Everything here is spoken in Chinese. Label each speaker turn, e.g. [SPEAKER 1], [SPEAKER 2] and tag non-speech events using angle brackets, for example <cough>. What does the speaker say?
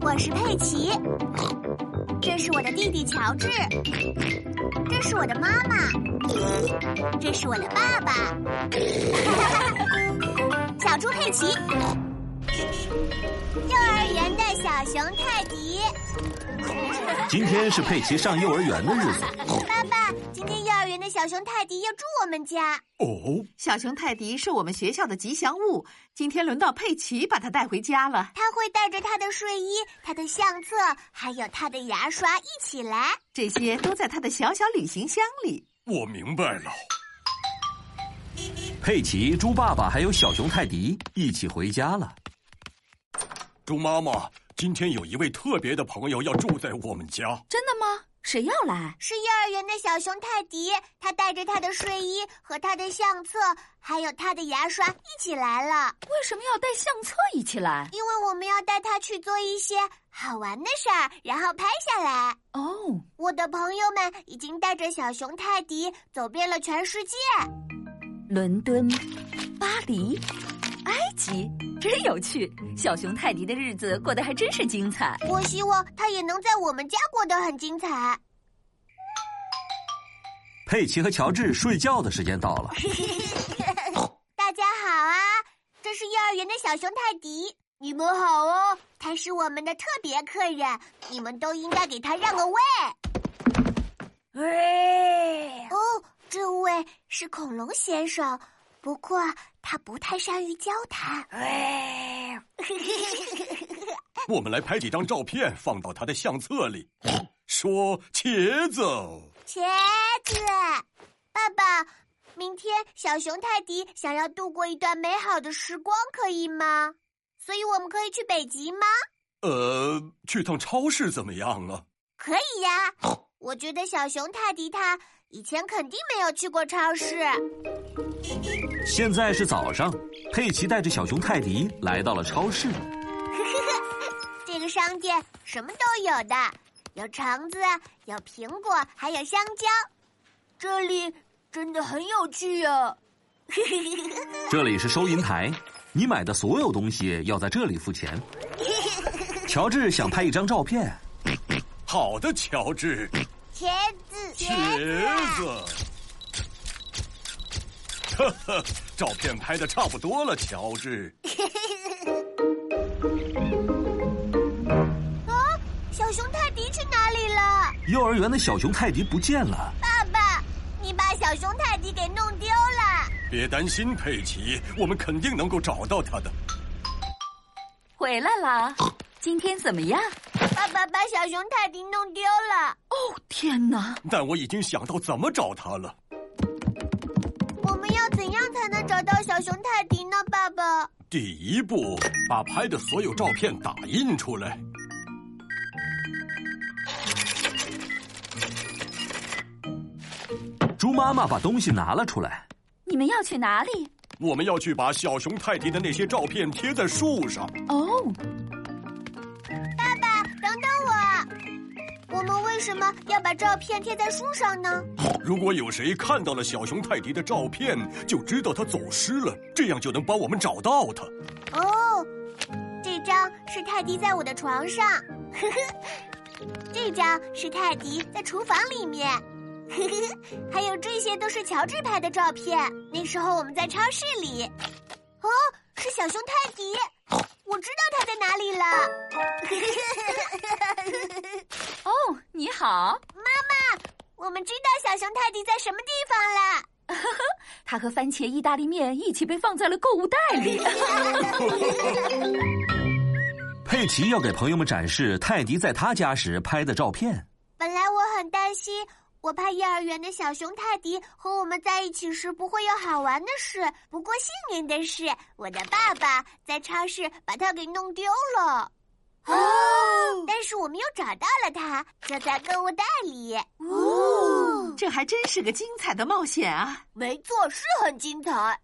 [SPEAKER 1] 我是佩奇，这是我的弟弟乔治，这是我的妈妈，这是我的爸 <laughs> 爸，小猪佩奇，幼儿园的小熊泰迪。
[SPEAKER 2] 今天是佩奇上幼儿园的日子。
[SPEAKER 1] 爸爸，今天幼儿园的小熊泰迪要住我们家，
[SPEAKER 2] 哦，
[SPEAKER 3] 小熊泰迪是我们学校的吉祥物，今天轮到佩奇把它带回家了。
[SPEAKER 1] 他会带着他的睡衣、他的相册，还有他的牙刷一起来。
[SPEAKER 3] 这些都在它的小小旅行箱里。
[SPEAKER 4] 我明白了，
[SPEAKER 2] 佩奇、猪爸爸还有小熊泰迪一起回家了。
[SPEAKER 4] 猪妈妈，今天有一位特别的朋友要住在我们家。
[SPEAKER 5] 真的吗？谁要来？
[SPEAKER 1] 是幼儿园的小熊泰迪，他带着他的睡衣和他的相册，还有他的牙刷一起来了。
[SPEAKER 5] 为什么要带相册一起来？
[SPEAKER 1] 因为我们要带他去做一些好玩的事儿，然后拍下来。
[SPEAKER 5] 哦，
[SPEAKER 1] 我的朋友们已经带着小熊泰迪走遍了全世界。
[SPEAKER 5] 伦敦、巴黎、埃及，真有趣。小熊泰迪的日子过得还真是精彩。
[SPEAKER 1] 我希望他也能在我们家过得很精彩。
[SPEAKER 2] 佩奇和乔治睡觉的时间到了。
[SPEAKER 1] 大家好啊，这是幼儿园的小熊泰迪，你们好哦，他是我们的特别客人，你们都应该给他让个位。
[SPEAKER 5] 喂，
[SPEAKER 1] 哦，这位是恐龙先生，不过他不太善于交谈。
[SPEAKER 4] 我们来拍几张照片，放到他的相册里。说茄子，
[SPEAKER 1] <laughs> 茄子，爸爸，明天小熊泰迪想要度过一段美好的时光，可以吗？所以我们可以去北极吗？
[SPEAKER 4] 呃，去趟超市怎么样啊？
[SPEAKER 1] 可以呀、我觉得小熊泰迪他以前肯定没有去过超市。
[SPEAKER 2] 现在是早上，佩奇带着小熊泰迪来到了超市。
[SPEAKER 1] 这个商店什么都有的，有橙子，有苹果，还有香蕉。这里真的很有趣哦。
[SPEAKER 2] 这里是收银台，你买的所有东西要在这里付钱。乔治想拍一张照片，
[SPEAKER 4] 好的，乔治，
[SPEAKER 1] 茄子，
[SPEAKER 4] 茄子。呵呵， <laughs> 照片拍的差不多了，乔治。
[SPEAKER 1] 小熊泰迪去哪里了？
[SPEAKER 2] 幼儿园的小熊泰迪不见了。
[SPEAKER 1] 爸爸，你把小熊泰迪给弄丢了。
[SPEAKER 4] 别担心，佩奇，我们肯定能够找到他的。
[SPEAKER 5] 回来啦！今天怎么样？
[SPEAKER 1] 爸爸把小熊泰迪弄丢了。
[SPEAKER 5] 哦，天哪！
[SPEAKER 4] 但我已经想到怎么找他了。
[SPEAKER 1] 我们要怎样才能找到小熊泰迪呢？爸爸，
[SPEAKER 4] 第一步，把拍的所有照片打印出来。
[SPEAKER 2] 猪妈妈把东西拿了出来，
[SPEAKER 5] 你们要去哪里？
[SPEAKER 4] 我们要去把小熊泰迪的那些照片贴在树上。
[SPEAKER 5] 哦，
[SPEAKER 1] 等等我。我们为什么要把照片贴在树上呢？
[SPEAKER 4] 如果有谁看到了小熊泰迪的照片，就知道他走失了，这样就能帮我们找到他。
[SPEAKER 1] 哦，这张是泰迪在我的床上， <laughs> 呵呵，这张是泰迪在厨房里面， <laughs> 呵呵，还有这些都是乔治拍的照片。那时候我们在超市里，哦，是小熊泰迪，我知道他在哪里了。 <laughs>
[SPEAKER 5] 哦，你好。
[SPEAKER 1] 我们知道小熊泰迪在什么地方了。
[SPEAKER 5] 它和番茄意大利面一起被放在了购物袋里。
[SPEAKER 2] 佩奇要给朋友们展示泰迪在他家时拍的照片。
[SPEAKER 1] 本来我很担心，我怕幼儿园的小熊泰迪和我们在一起时不会有好玩的事。不过幸运的是，我的爸爸在超市把它给弄丢了。哦，但是我们又找到了它，就在购物袋里。哦，
[SPEAKER 3] 这还真是个精彩的冒险啊！
[SPEAKER 1] 没错，是很精彩。